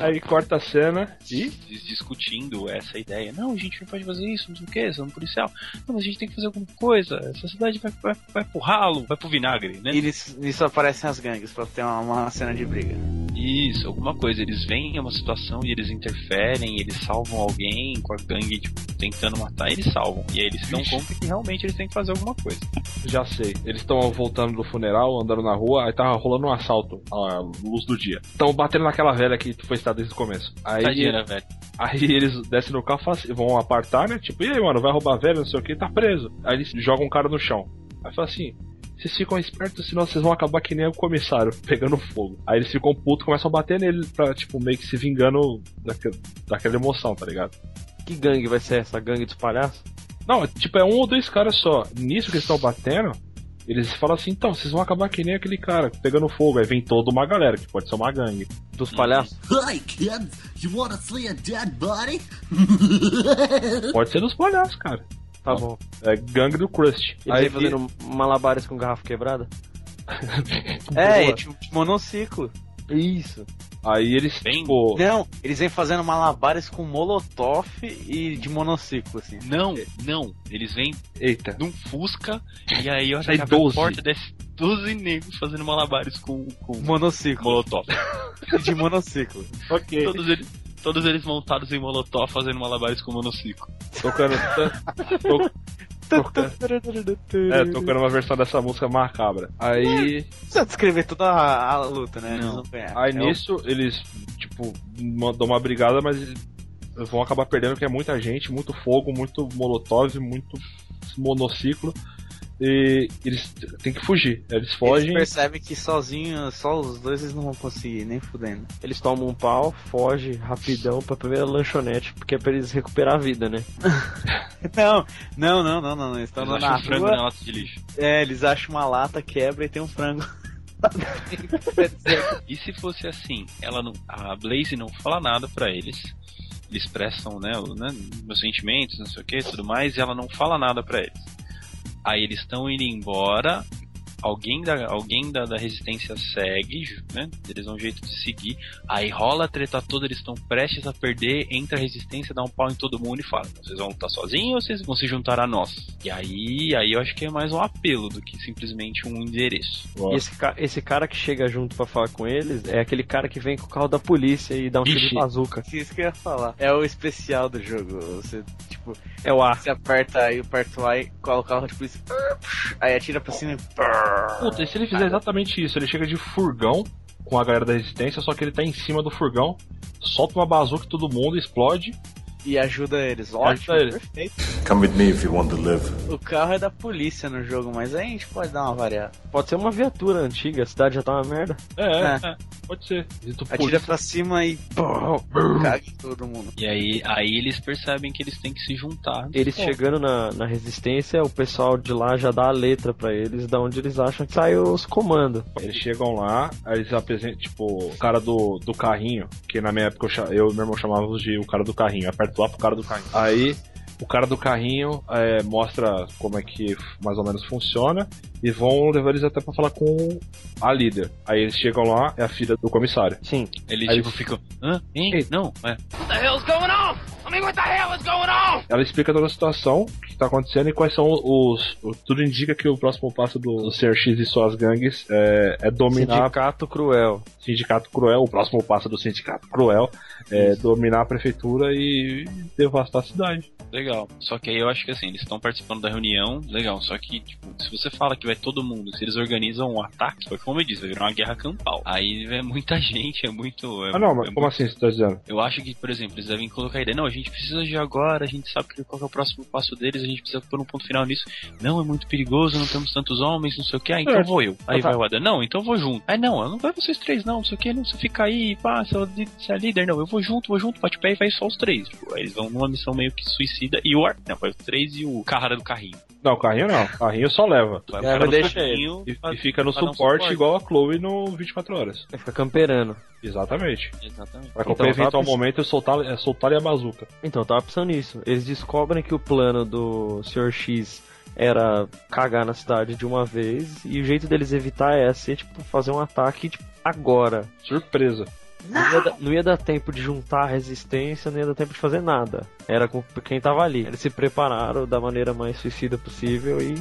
S2: Aí corta a cena e.
S4: Dis- Discutindo essa ideia. Não, a gente não pode fazer isso, não sei o que, somos um policial. Não, mas a gente tem que fazer alguma coisa. Essa cidade vai, vai, vai pro ralo, vai pro vinagre, né?
S1: E nisso, nisso aparecem as gangues pra ter uma, uma cena de briga.
S4: Isso, alguma coisa. Eles veem uma situação e eles interferem, eles salvam alguém com a gangue tipo, tentando matar, eles salvam. E aí eles se dão conta que realmente eles têm que fazer alguma coisa.
S2: Já sei. Eles estão voltando do funeral, andando na rua, aí tava rolando um assalto à luz do dia. Estão batendo naquela velha que foi citada desde o começo. Aí,
S4: Tadinha, né, velho?
S2: Aí eles descem no carro e falam assim- vão apartar, né? Tipo, e aí, mano, vai roubar a velha, não sei o que, tá preso. Aí eles jogam um cara no chão. Aí fala assim. Vocês ficam espertos, senão vocês vão acabar que nem o comissário, pegando fogo. Aí eles ficam putos, começam a bater nele pra, tipo, meio que se vingando daque- daquela emoção, tá ligado?
S3: Que gangue vai ser essa? Gangue dos palhaços?
S2: Não, tipo, é um ou dois caras só. Nisso que eles estão batendo, eles falam assim, então, vocês vão acabar que nem aquele cara, pegando fogo. Aí vem toda uma galera, que pode ser uma gangue.
S3: Dos palhaços?
S12: Hi, kids! You wanna see a dead body?
S2: Pode ser dos palhaços, cara.
S3: Tá bom.
S2: É gangue do Crust.
S3: Eles aí fazendo malabares com garrafa quebrada?
S1: É,
S3: Boa.
S1: é tipo de monociclo.
S3: tipo Isso.
S2: Aí eles, tipo...
S1: Não, eles vêm fazendo malabares com molotov e de monociclo, assim.
S4: Não, não. Eles vêm
S2: Eita.
S4: num Fusca e aí olha
S1: Sai
S4: que abre a
S1: 12.
S4: porta desce 12 negros fazendo malabares com, com
S1: monociclo.
S4: molotov.
S1: E de monociclo.
S2: ok.
S4: Todos eles, todos eles montados em molotov fazendo malabares com monociclo.
S2: Tocando. É, tocando uma versão dessa música macabra. Aí.
S1: Precisa descrever toda a, a luta, né? Eles não ganharam.
S2: Aí
S1: É o-
S2: nisso eles, tipo, mandam uma brigada, mas eles vão acabar perdendo porque é muita gente, muito fogo, muito molotov, muito monociclo. E eles t- têm que fugir. Eles fogem.
S1: Eles percebem que sozinho, só os dois eles não vão conseguir, nem fudendo.
S3: Eles tomam um pau, foge rapidão pra primeira lanchonete, porque é pra eles recuperar a vida, né?
S1: Não, não, não, não, não. não, Eles estão
S4: Eles
S1: andando
S4: acham
S1: na
S4: um frango
S1: rua.
S4: na lata de lixo.
S1: É, eles acham uma lata, quebra e tem um frango.
S4: E se fosse assim, ela não, a Blaze não fala nada pra eles. Eles prestam, né, o- né, meus sentimentos, não sei o que, tudo mais, e ela não fala nada pra eles. Aí eles estão indo embora. Alguém da, alguém da, da resistência segue, né? Eles dão um jeito de seguir. Aí rola a treta toda, eles estão prestes a perder. Entra a resistência, dá um pau em todo mundo e fala: vocês vão lutar sozinhos ou vocês vão se juntar a nós? E aí, aí eu acho que é mais um apelo do que simplesmente um endereço.
S3: E esse, ca- esse cara que chega junto pra falar com eles é aquele cara que vem com o carro da polícia e dá um tiro de
S1: Ixi.
S3: bazuca.
S1: Isso que eu ia falar. É o especial do jogo. Você, tipo,
S3: é o A.
S1: Você aperta aí, aperta o A e coloca o carro, tipo, isso. Aí atira pra cima e.
S2: Puta, e se ele fizer exatamente isso? Ele chega de furgão com a galera da resistência, só que ele tá em cima do furgão, solta uma bazuca em todo mundo, explode.
S1: E ajuda eles,
S2: Ajuda
S1: ótimo.
S2: eles.
S1: Perfeito.
S5: Come with me if you want to live.
S1: O carro é da polícia no jogo, mas aí a gente pode dar uma variada.
S3: Pode ser uma viatura antiga, a cidade já tá uma merda.
S2: É, é, pode ser.
S1: Atira pra cima e. Caga em todo mundo.
S4: E aí, aí eles percebem que eles têm que se juntar.
S3: Eles
S4: Pô,
S3: chegando na, na resistência, o pessoal de lá já dá a letra pra eles, da onde eles acham que saiu os comandos.
S2: Eles chegam lá, aí eles apresentam, tipo, o cara do, do carrinho, que na minha época eu, cha- eu e meu irmão chamávamos de o cara do carrinho, aperto lá pro cara do carrinho. Aí O cara do carrinho é, mostra como é que mais ou menos funciona e vão levar eles até pra falar com a líder. Aí eles chegam lá, é a filha do comissário.
S3: Sim.
S4: Eles
S2: Aí
S4: tipo ficam. Hã? Hein? Não? É.
S13: What the hell's going on? I mean, what the hell is going on?
S2: Ela explica toda a situação o que tá acontecendo e quais são os. o- tudo indica que o próximo passo do Sr. X e suas gangues é, é dominar.
S3: Sindicato Cruel.
S2: Sindicato Cruel, o próximo passo do Sindicato Cruel é dominar a prefeitura e devastar a cidade.
S4: Legal. Só que aí eu acho que assim, eles estão participando da reunião, legal. Só que, tipo, se você fala que vai todo mundo, se eles organizam um ataque, foi como eu disse, vai virar uma guerra campal. Aí é muita gente, é muito. é
S2: ah, não,
S4: mu-
S2: mas
S4: é
S2: como assim você tá dizendo?
S4: Eu acho que, por exemplo, eles devem colocar a ideia. Não, a gente precisa de agora, a gente sabe que qual que é o próximo passo deles, a gente precisa pôr um ponto final nisso. Não, é muito perigoso, não temos tantos homens, não sei o que. Ah, então
S2: É.
S4: vou eu. Aí
S2: Ah, tá.
S4: vai o Adam. Não, então eu vou junto. Ah, não, não vai vocês três, não, não sei o que, não, você fica aí, pá, você é o li- você é líder, não, eu vou junto, vou junto, bate pé e vai só os três. Tipo, aí eles vão numa missão meio que suicida e o Ar... Não, vai os três e o cara do carrinho.
S2: Não, carrinho não. Carrinho só leva.
S4: Vai o cara do carrinho
S2: e,
S4: pra-
S2: e fica no
S4: pra dar um
S2: suporte, igual a Chloe no 24 horas.
S3: Fica camperando.
S2: Exatamente.
S4: Exatamente.
S2: Pra
S3: Então,
S2: qualquer
S3: tá
S2: eventual
S3: precis-
S2: momento eu soltar, é soltar a bazuca.
S3: Então, eu tava pensando nisso. Eles descobrem que o plano do Sr. X era cagar na cidade de uma vez, e o jeito deles evitar é ser, tipo, fazer um ataque tipo, agora.
S2: Surpresa.
S3: Não ia, dar, não ia dar tempo de juntar a resistência, não ia dar tempo de fazer nada. Era com quem tava ali. Eles se prepararam da maneira mais suicida possível e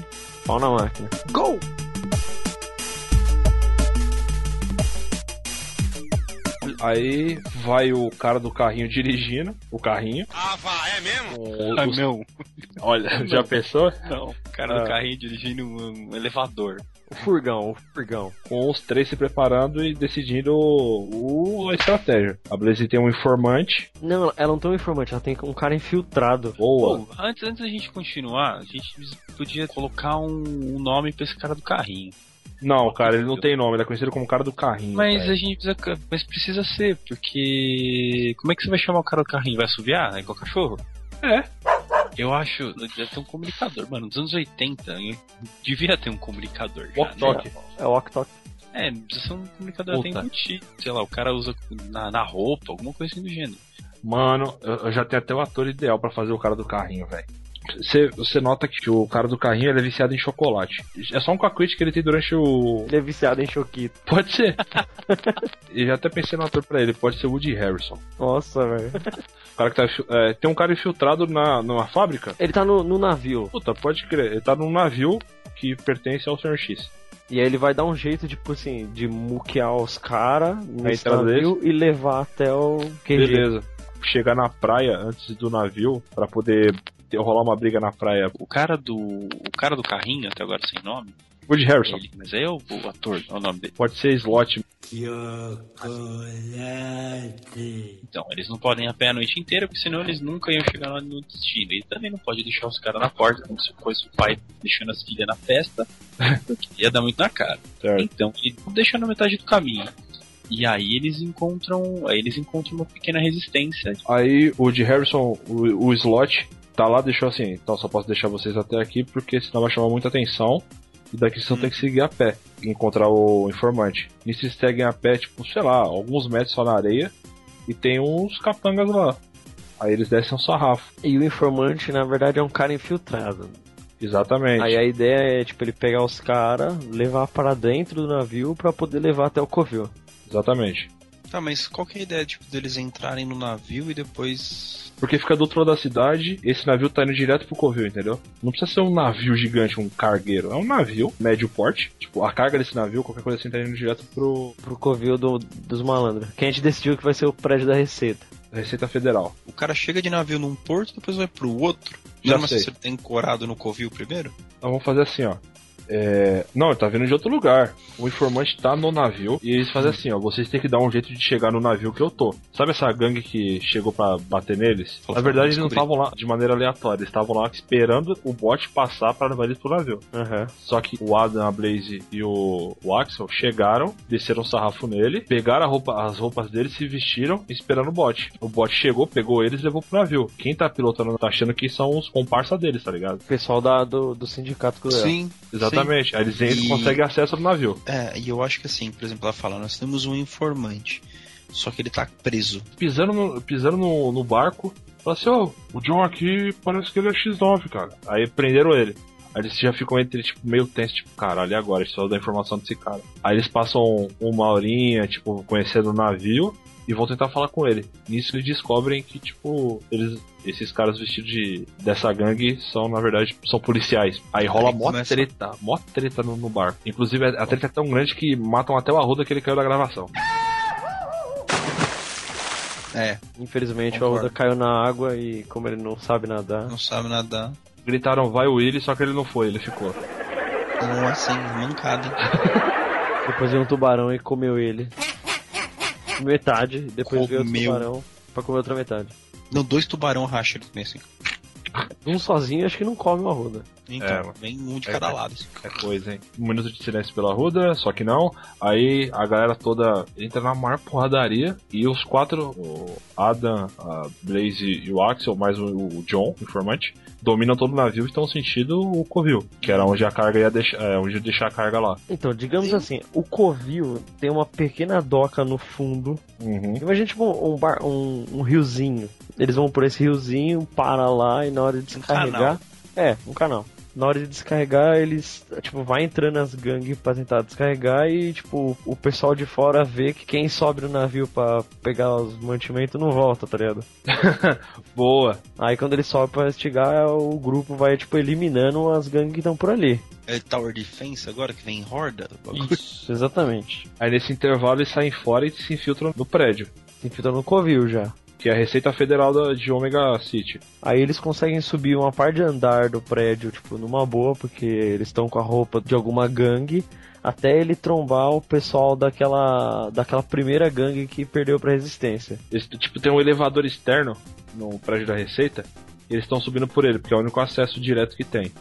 S3: pau na máquina.
S13: Go!
S2: Aí vai o cara do carrinho dirigindo o carrinho.
S13: Ah, vá, é mesmo?
S2: Ah,
S4: não.
S2: Olha, já pensou?
S4: Não, o cara
S2: Ah.
S4: do carrinho dirigindo um, um elevador.
S3: O furgão, o furgão.
S2: Com os três se preparando e decidindo o, o- a estratégia. A Blaze tem um informante.
S3: Não, ela não tem um informante, ela tem um cara infiltrado.
S2: Boa.
S4: Pô, antes, antes da gente continuar, a gente podia colocar um, um nome pra esse cara do carrinho.
S2: Não, cara, ele não tem nome, ele é conhecido como o cara do carrinho.
S4: Mas
S2: velho.
S4: a gente precisa. Mas precisa ser, porque. Como é que você vai chamar o cara do carrinho? Vai assoviar? É igual cachorro?
S2: É.
S4: Eu acho. Deve ter um comunicador, mano. Nos anos 80, eu- devia ter um comunicador. já,
S2: Walk-talk.
S4: né?
S3: É o Octoc.
S4: É, precisa ser um comunicador até
S2: Puta.
S4: embutido. Sei lá, o cara usa na, na roupa, alguma coisa assim do gênero.
S2: Mano, eu, eu já tenho até o ator ideal pra fazer o cara do carrinho, velho. Você, você nota que o cara do carrinho ele é viciado em chocolate. É só um cacuete que ele tem durante o.
S3: Ele é viciado em choquito.
S2: Pode ser. eu já até pensei no ator pra ele, pode ser o Woody Harrison.
S3: Nossa, velho.
S2: O cara que tá. infi- é, tem um cara infiltrado na, numa fábrica?
S3: Ele tá no, no navio.
S2: Puta, pode crer. Ele tá num navio que pertence ao Sr. X.
S3: E aí ele vai dar um jeito, tipo assim, de muquear os caras nesse
S2: entrada
S3: navio e levar até o QG.
S2: Beleza. Chegar na praia antes do navio pra poder ter- rolar uma briga na praia.
S4: O cara do. O cara do carrinho, até agora sem nome.
S2: Woody Harrison.
S4: Ele, mas é o, o ator, é o nome dele.
S2: Pode ser slot.
S4: Então, eles não podem a pé a noite inteira, porque senão eles nunca iam chegar lá no destino. E também não pode deixar os caras na porta, como se fosse o pai deixando as filhas na festa, porque ia dar muito na cara.
S2: É.
S4: Então, ele deixa na metade do caminho. E aí eles encontram. Aí eles encontram uma pequena resistência.
S2: Aí o de Harrison, o, o slot, tá lá, deixou assim, então só posso deixar vocês até aqui, porque senão vai chamar muita atenção. E daqui vocês vão ter que seguir a pé e encontrar o informante. E se seguem a pé, tipo, sei lá, alguns metros só na areia, e tem uns capangas lá. Aí eles descem um sarrafo.
S3: E o informante, na verdade, é um cara infiltrado.
S2: Exatamente.
S3: Aí a ideia é, tipo, ele pegar os caras, levar pra dentro do navio pra poder levar até o covil.
S2: Exatamente.
S4: Tá, mas qual que é a ideia tipo, deles entrarem no navio e depois.
S2: Porque fica do outro lado da cidade, esse navio tá indo direto pro Covil, entendeu? Não precisa ser um navio gigante, um cargueiro. É um navio, médio porte. Tipo, a carga desse navio, qualquer coisa assim, tá indo direto pro
S3: Pro covil do- dos malandros. Que a gente decidiu que vai ser o prédio da Receita.
S2: Receita Federal.
S4: O cara chega de navio num porto, depois vai pro outro.
S2: Já Não é sei. se ele
S4: tem corado tá no covil primeiro?
S2: Então vamos fazer assim, ó. É... Não, ele tá vindo de outro lugar. O informante tá no navio e eles fazem assim, ó. Vocês têm que dar um jeito de chegar no navio que eu tô. Sabe essa gangue que chegou pra bater neles? Na verdade, eles não estavam lá de maneira aleatória. Eles estavam lá esperando o bote passar pra levar eles pro navio. Só que o Adam, a Blaze e o, o Axel chegaram, desceram o sarrafo nele, pegaram a roupa- as roupas dele, se vestiram, esperando o bot. O bot chegou, pegou eles e levou pro navio. Quem tá pilotando tá achando que são os comparsa deles, tá ligado?
S3: O pessoal da, do, do sindicato cruel.
S2: Exatamente. Aí eles entram e conseguem acesso ao navio.
S4: É, e eu acho que assim, por exemplo, ela fala, nós temos um informante, só que ele tá preso.
S2: Pisando no, pisando no, no barco, Fala assim, ô, o John aqui parece que ele é X9, cara. Aí prenderam ele. Aí eles já ficam entre, tipo, meio tenso, tipo, caralho, e agora? A gente só dá informação desse cara. Aí eles passam um, uma horinha, tipo, conhecendo o navio e vão tentar falar com ele. Nisso eles descobrem que, tipo, eles, esses caras vestidos de, dessa gangue são, na verdade, são policiais. Aí rola
S4: Aí
S2: mó
S4: começa.
S2: treta, mó treta no, no bar. Inclusive, a a treta é tão grande que matam até o Arruda que ele caiu da gravação.
S14: É.
S3: Infelizmente
S2: Concordo.
S3: o Alda caiu na água e como ele não sabe nadar.
S14: Não sabe nadar.
S2: Gritaram, vai o Willy, só que ele não foi, ele ficou.
S14: Como assim? Mancada.
S3: Depois veio um tubarão e comeu ele. Metade, depois veio outro tubarão pra comer outra metade.
S14: Não, dois tubarão racha ele também, assim.
S3: Um sozinho acho que não come uma roda.
S14: Então, vem um de
S2: é-
S14: cada
S2: é-
S14: lado.
S2: É coisa, hein? Um minuto de silêncio pela Ruda, só que não. Aí a galera toda entra na maior porradaria. E os quatro, o Adam, a Blaze e o Axel, mais o, o John, o informante, dominam todo o navio e estão sentindo o Covil, que era onde a carga ia deixar, é, onde ia deixar a carga lá.
S3: Então, digamos assim, o covil tem uma pequena doca no fundo. Imagina tipo um, bar- um- um riozinho. Eles vão por esse riozinho, para lá e na hora de descarregar.
S14: canal.
S3: é, um canal. Na hora de descarregar, eles, tipo, vai entrando as gangues pra tentar descarregar e, tipo, o pessoal de fora vê que quem sobe no navio pra pegar os mantimentos não volta, tá ligado?
S2: Boa.
S3: Aí quando ele sobe pra investigar, o grupo vai, tipo, eliminando as gangues que estão por ali.
S14: É Tower Defense agora que vem em horda?
S3: Isso, exatamente.
S2: Aí nesse intervalo eles saem fora e se infiltram no prédio.
S3: Se infiltram no covil já.
S2: Que é a Receita Federal da- de Omega City.
S3: Aí eles conseguem subir uma parte de andar do prédio, tipo, numa boa, porque eles estão com a roupa de alguma gangue, até ele trombar o pessoal daquela daquela primeira gangue que perdeu pra resistência.
S2: Eles, tipo, tem um elevador externo no prédio da Receita. E eles estão subindo por ele, porque é o único acesso direto que tem.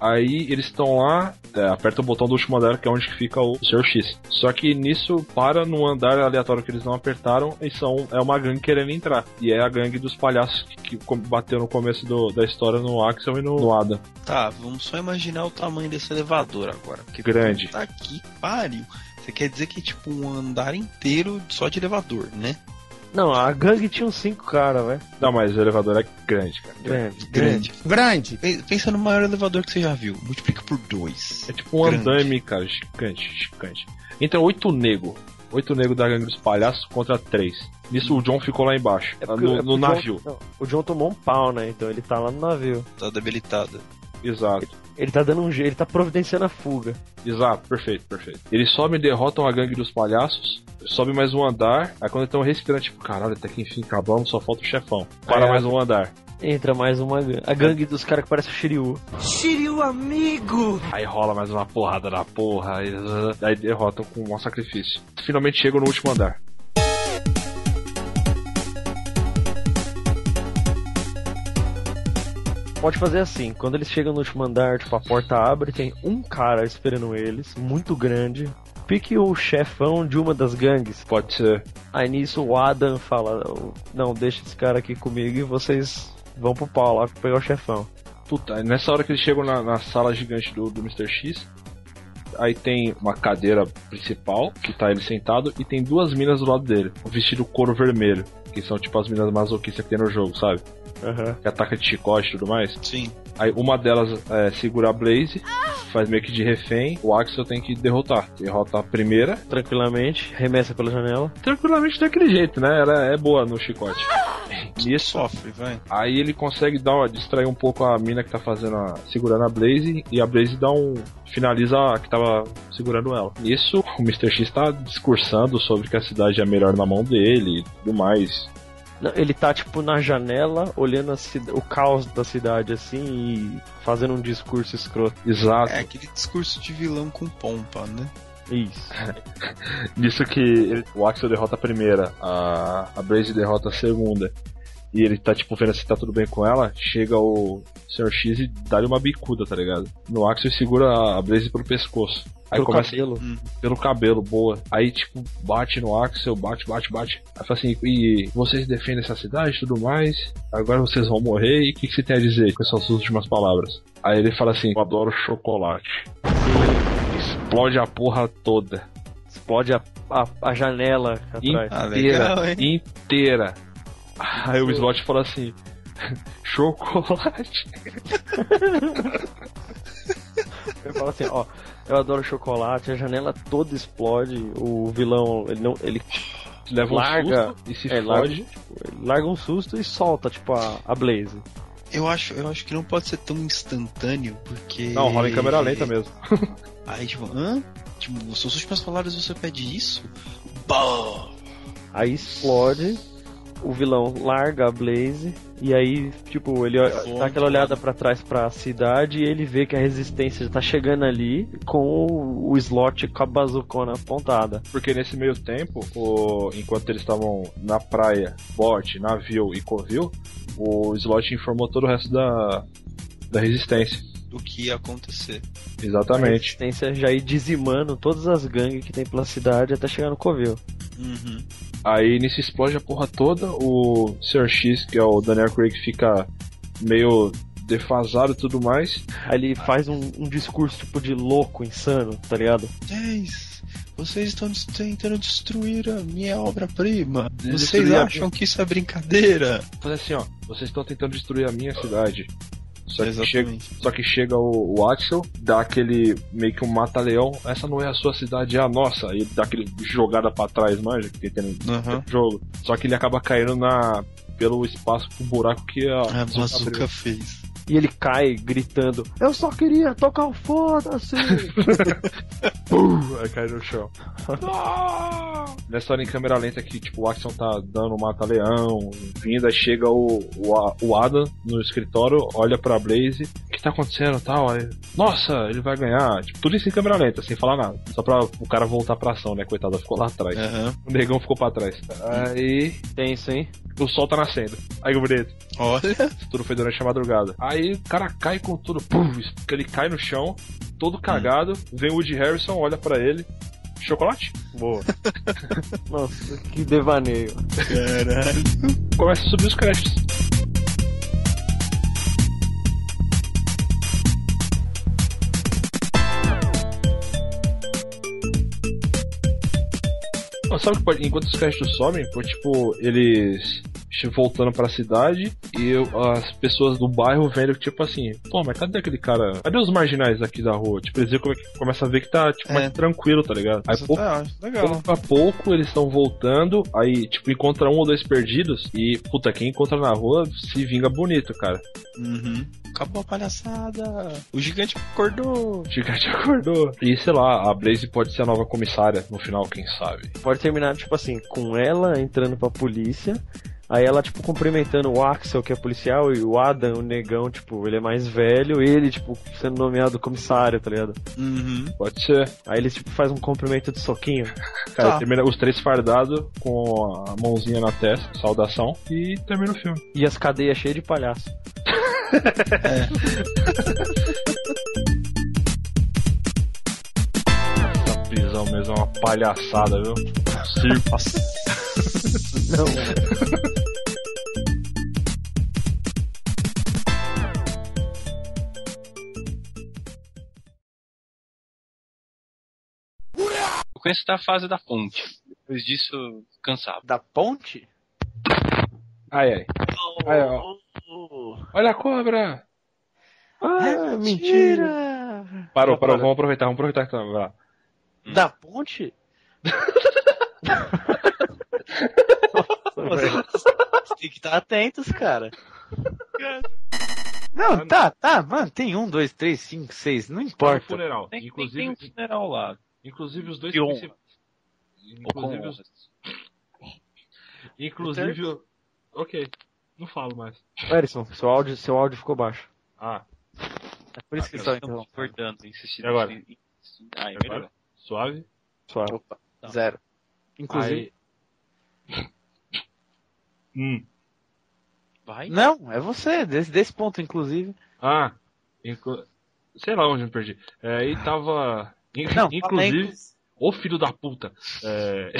S2: Aí eles estão lá, é, aperta o botão do último andar, que é onde que fica o Sr. X. Só que nisso para no andar aleatório que eles não apertaram e são, é uma gangue querendo entrar. E é a gangue dos palhaços que, que bateu no começo do- da história no Axel e no, no Adam.
S14: Tá, vamos só imaginar o tamanho desse elevador agora. Porque
S2: Grande.
S14: Tá aqui, pariu. Você quer dizer que é tipo um andar inteiro só de elevador, né?
S3: Não, a gangue tinha uns cinco caras, velho.
S2: Não, mas o elevador é grande, cara.
S3: Grande.
S14: Grande. Grande. Pensa no maior elevador que você já viu. Multiplica por dois.
S2: É tipo um
S14: Grande.
S2: andame, cara, gigante, gigante. Então, oito nego. Oito nego da gangue dos palhaços contra três. Nisso o John ficou lá embaixo,
S3: É
S2: no, no
S3: O John-
S2: navio.
S3: não, o John tomou um pau, né? Então ele tá lá no navio.
S14: Tá debilitado.
S2: Exato.
S3: Ele tá dando um jeito, ele tá providenciando a fuga.
S2: Exato, perfeito, perfeito. Eles sobem e derrotam a gangue dos palhaços, sobe mais um andar, aí quando estão respirando, tipo, caralho, até que enfim acabamos, só falta o chefão. Para
S3: Aí,
S2: mais
S3: ó.
S2: um andar.
S3: Entra mais uma gangue. A gangue dos caras que parece o Shiryu.
S8: Shiryu amigo!
S2: Aí rola mais uma porrada na porra, aí, aí derrotam com um sacrifício. Finalmente chegam no último andar.
S3: Pode fazer assim, quando eles chegam no último andar, tipo, a porta abre, tem um cara esperando eles, muito grande. Pique o chefão de uma das gangues.
S2: Pode ser.
S3: Aí nisso o Adam fala: Não, deixa esse cara aqui comigo e vocês vão pro pau lá pra pegar o chefão.
S2: Puta, aí nessa hora que eles chegam na, na sala gigante do, do Mr. X, aí tem uma cadeira principal, que tá ele sentado, e tem duas minas do lado dele, um vestido couro vermelho, que são tipo as minas masoquistas que tem no jogo, sabe?
S3: Aham.
S2: Que ataca de chicote e tudo mais.
S14: Sim.
S2: Aí uma delas é, segura a Blaze, faz meio que de refém, o Axel tem que derrotar. Derrota a primeira.
S3: Tranquilamente, remessa pela janela.
S2: Tranquilamente daquele jeito, né? Ela é boa no chicote.
S14: E sofre, vai.
S2: Aí ele consegue dar uma, distrair um pouco a mina que tá fazendo a, segurando a Blaze e a Blaze dá um finaliza a que tava segurando ela. Nisso, o Mr. X tá discursando sobre que a cidade é melhor na mão dele e tudo mais.
S3: Não, Ele tá, tipo, na janela, olhando a cida- o caos da cidade, assim, e fazendo um discurso escroto.
S2: Exato.
S14: É aquele discurso de vilão com pompa, né?
S3: Isso.
S2: Nisso que ele- o Axel derrota a primeira, a, a Blaze derrota a segunda. E ele tá tipo vendo se tá tudo bem com ela, chega o Sr. X e dá-lhe uma bicuda, tá ligado? No Axel segura a- a Blaze pelo pescoço. Aí
S3: Pelo
S2: começa Hum.
S3: cabelo.
S2: pelo cabelo, boa. Aí tipo bate no Axel, bate, bate, bate. Aí fala assim, e vocês defendem essa cidade e tudo mais, agora vocês vão morrer, e o que, que você tem a dizer com essas suas últimas palavras? Aí ele fala assim, eu adoro chocolate. Explode a porra toda
S3: Explode a, a, a janela atrás.
S2: inteira, inteira. Aí o Slot fala assim: chocolate.
S3: Ele fala assim, ó, eu adoro chocolate, a janela toda explode, o vilão, ele não, ele
S2: Leva um
S3: larga,
S2: susto e se
S3: é, larga,
S2: fode.
S3: ele larga um susto e solta, tipo, a, a Blaze.
S14: Eu acho, eu acho que não pode ser tão instantâneo, porque.
S2: Não, rola em câmera lenta mesmo.
S14: Aí, tipo, hã? Tipo, os seus últimas palavras você pede isso? Bom!
S3: Aí explode, o vilão larga a Blaze, e aí, tipo, ele ó- dá aquela olhada pra trás pra cidade e ele vê que a resistência tá chegando ali com o, o slot com a bazucona apontada.
S2: Porque nesse meio tempo, o- enquanto eles estavam na praia, bote, navio e covil, o Slot informou todo o resto da, da resistência.
S14: O que ia acontecer?
S3: A
S2: Exatamente.
S3: resistência já ir dizimando todas as gangues que tem pela cidade até chegar no Covil.
S14: Uhum.
S2: Aí nisso explode a porra toda, o Sr. X, que é o Daniel Craig, fica meio defasado e tudo mais.
S3: Aí ele faz um, um discurso tipo de louco, insano, tá ligado?
S14: 10. Vocês estão des- tentando destruir a minha obra-prima.
S2: Destruir
S14: Vocês
S2: a-
S14: acham que isso é brincadeira?
S2: Faz assim, ó, vocês estão tentando destruir a minha cidade. Só que, chega,
S14: Exatamente.
S2: só que chega o, o Axel, dá aquele meio que um mata-leão. Essa não é a sua cidade, é a nossa. Aí dá aquele jogada pra trás, manja, que tem no
S14: Aham.
S2: jogo. Só que ele acaba caindo na pelo espaço pro buraco que a, tá
S14: A
S2: bazuca
S14: bazuca
S2: abriu.
S14: Ah, fez.
S3: E ele cai gritando: Eu só queria tocar o foda-se!
S2: Pum! Aí cai no chão. Nessa hora em câmera lenta que tipo, o Axon tá dando um mata-leão, vindo, aí chega o, o, A- o Adam no escritório, olha pra Blaze, o que tá acontecendo e tal? Aí, Nossa, ele vai ganhar. Tipo, tudo isso em câmera lenta, sem falar nada. Só pra o cara voltar pra ação, né? Coitado, ficou lá atrás.
S14: É.
S2: O negão ficou pra trás. Aí.
S3: Tem isso, hein?
S2: O sol tá nascendo. Aí, bonito.
S14: Olha.
S2: Tudo foi durante a madrugada. Aí o cara cai com tudo. Pum, ele cai no chão, todo cagado. Vem o Woody Harrison, olha pra ele. Chocolate? Boa.
S3: Nossa, que devaneio.
S14: Caralho.
S2: Começa a subir os créditos. Não, sabe o que pode, enquanto os créditos sobem, pô, tipo, eles che- voltando pra cidade e eu- as pessoas do bairro vendo, tipo assim, pô, mas cadê aquele cara? Cadê os marginais aqui da rua? Tipo, eles veem como é que- começam a ver que tá, tipo, mais tranquilo, tá ligado? Aí,
S14: Isso
S2: pouco,
S14: tá- isso é legal.
S2: pouco a Então, pouco eles estão voltando, aí, tipo, encontra um ou dois perdidos e, puta, quem encontra na rua se vinga bonito, cara.
S14: Uhum. Acabou a palhaçada. O gigante acordou.
S2: O gigante acordou. E, sei lá, a Blaze pode ser a nova comissária no final, quem sabe.
S3: Pode terminar, tipo assim, com ela entrando pra polícia. Aí ela, tipo, cumprimentando o Axel, que é policial, e o Adam, o negão, tipo, ele é mais velho, ele, tipo, sendo nomeado comissário, tá ligado?
S14: Uhum.
S2: Pode ser.
S3: Aí ele, tipo, faz um cumprimento de soquinho.
S2: Cara,
S14: Tá. 啊
S2: termina os três fardados com a mãozinha na testa, saudação, e termina o filme.
S3: E as cadeias cheias de palhaço.
S2: Essa prisão mesmo é uma palhaçada, viu? Circo.
S3: Não.
S4: Eu conheço da fase da ponte. Depois disso, cansava.
S1: Da ponte?
S2: Ai, ai. Ai, ó. Olha a cobra!
S1: É,
S3: Ah, mentira!
S2: Parou, parou, vamos aproveitar, vamos aproveitar que tá. vai lá.
S1: Da ponte? Nossa, velho. Vocês têm que estar atentos, cara. Não, tá, tá, mano, tem um, dois, três, cinco, seis, não
S2: Tem um
S1: importa.
S2: funeral.
S4: Tem-
S2: inclusive,
S4: tem um funeral lá.
S2: Inclusive os dois
S4: De um. honra.
S2: principais.
S4: Ou com
S2: Inclusive os.
S4: honras.
S2: Inclusive. o- Ok, não falo mais.
S3: Erison, seu áudio, seu áudio ficou baixo.
S2: Ah,
S1: É por isso que
S4: Eles
S1: só
S4: estão
S1: então.
S4: acordando, insistindo.
S2: E agora?
S4: insistindo. Ah, é
S2: Agora?
S4: melhor.
S2: suave.
S3: Suave.
S1: Opa, zero. Inclusive.
S2: Hum.
S4: Vai?
S1: Não, é você, desse, desse ponto, inclusive.
S2: Ah, inclu- sei lá onde eu me perdi. É, aí tava. in-
S1: Não,
S2: inclusive.
S1: fala
S2: Ô filho da puta! É...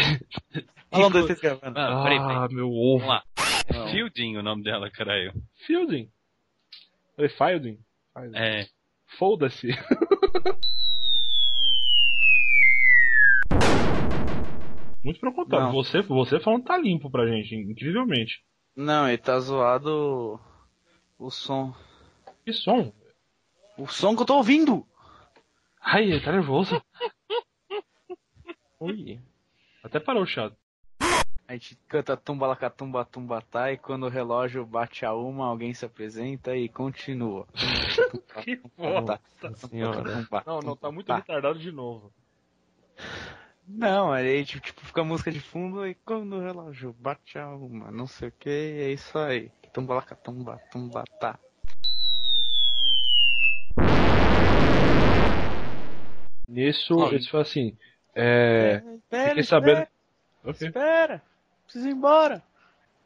S1: Fala um, dois, três, gravando.
S4: Ah, peraí, peraí.
S2: ah, meu ovo.
S4: Vamos lá. É Fielding o nome dela, caralho.
S2: Fielding. Falei, Fielding. Fielding.
S4: É.
S2: Foda-se. Muito pelo contrário,
S1: Não.
S2: você, você falando tá limpo pra gente, incrivelmente.
S1: Não, ele tá zoado o, o som.
S2: Que som?
S1: O som que eu tô ouvindo!
S2: Ai, ele tá nervoso. Ui. Até parou o chato.
S1: A gente canta tumba lacatumba tumbatá e quando o relógio bate a uma, alguém se apresenta e continua. tá,
S2: Que foda. Não, não, tá muito retardado de novo.
S1: Não, aí tipo, tipo, fica a música de fundo e quando o relógio bate a uma, não sei o que, é isso aí. Tumba lacatumba tumbatá.
S2: Nisso, eles falam assim. É.
S1: Espera,
S2: Fiquei sabendo.
S1: espera,
S2: Ok.
S1: espera. Preciso ir embora.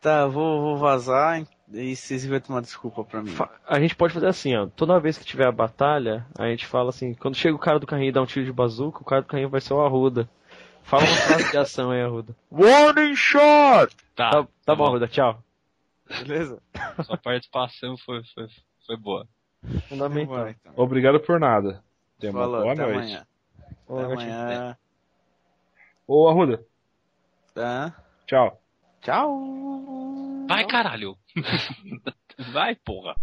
S1: Tá, vou, vou vazar e vocês inventam uma desculpa pra mim.
S3: A gente pode fazer assim, ó. Toda vez que tiver a batalha, a gente fala assim, quando chega o cara do carrinho e dá um tiro de bazuca, o cara do carrinho vai ser o Arruda. Fala uma frase de ação aí, Arruda.
S1: Warning shot!
S4: Tá,
S3: tá, bom, Arruda, tchau.
S1: Beleza?
S4: Sua participação foi, foi, foi boa.
S3: Fundamental.
S2: então. Obrigado por nada. Tem uma
S1: Então, Falou,
S2: boa
S1: até
S2: noite.
S1: amanhã.
S3: Boa
S1: até
S3: noite.
S1: amanhã.
S2: Ô, Arruda.
S1: Tá?
S2: Tchau.
S1: Tchau!
S4: Vai, caralho! Vai, porra!